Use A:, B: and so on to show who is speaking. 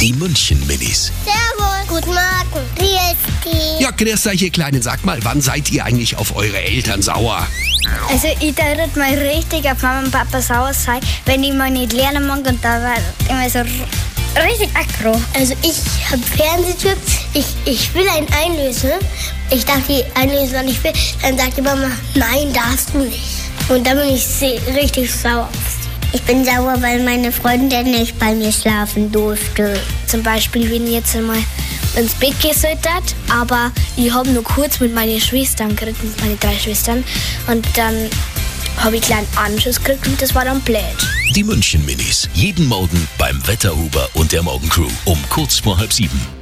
A: Die München-Minis.
B: Servus. Guten Morgen. Wie ist
A: Ja, grüß euch, ihr Kleinen. Sagt mal, wann seid ihr eigentlich auf eure Eltern sauer?
C: Also ich würde mal richtig auf Mama und Papa sauer sein, wenn ich mal nicht lernen mag und da war ich immer so r- richtig aggro.
B: Also ich habe Fernsehtyp. Ich, ich will einen einlösen. Ich darf die einlösen, wann ich will. Dann sagt die Mama, nein, darfst du nicht. Und dann bin ich se- richtig sauer. Ich bin sauer, weil meine Freundin nicht bei mir schlafen durfte.
C: Zum Beispiel, wenn ich jetzt mal ins Bett gesollt hat, aber ich habe nur kurz mit meinen Schwestern geredet, mit meinen drei Schwestern und dann habe ich kleinen Anschluss gekriegt und das war dann blöd.
A: Die München-Minis. Jeden Morgen beim Wetterhuber und der Morgencrew um kurz vor halb sieben.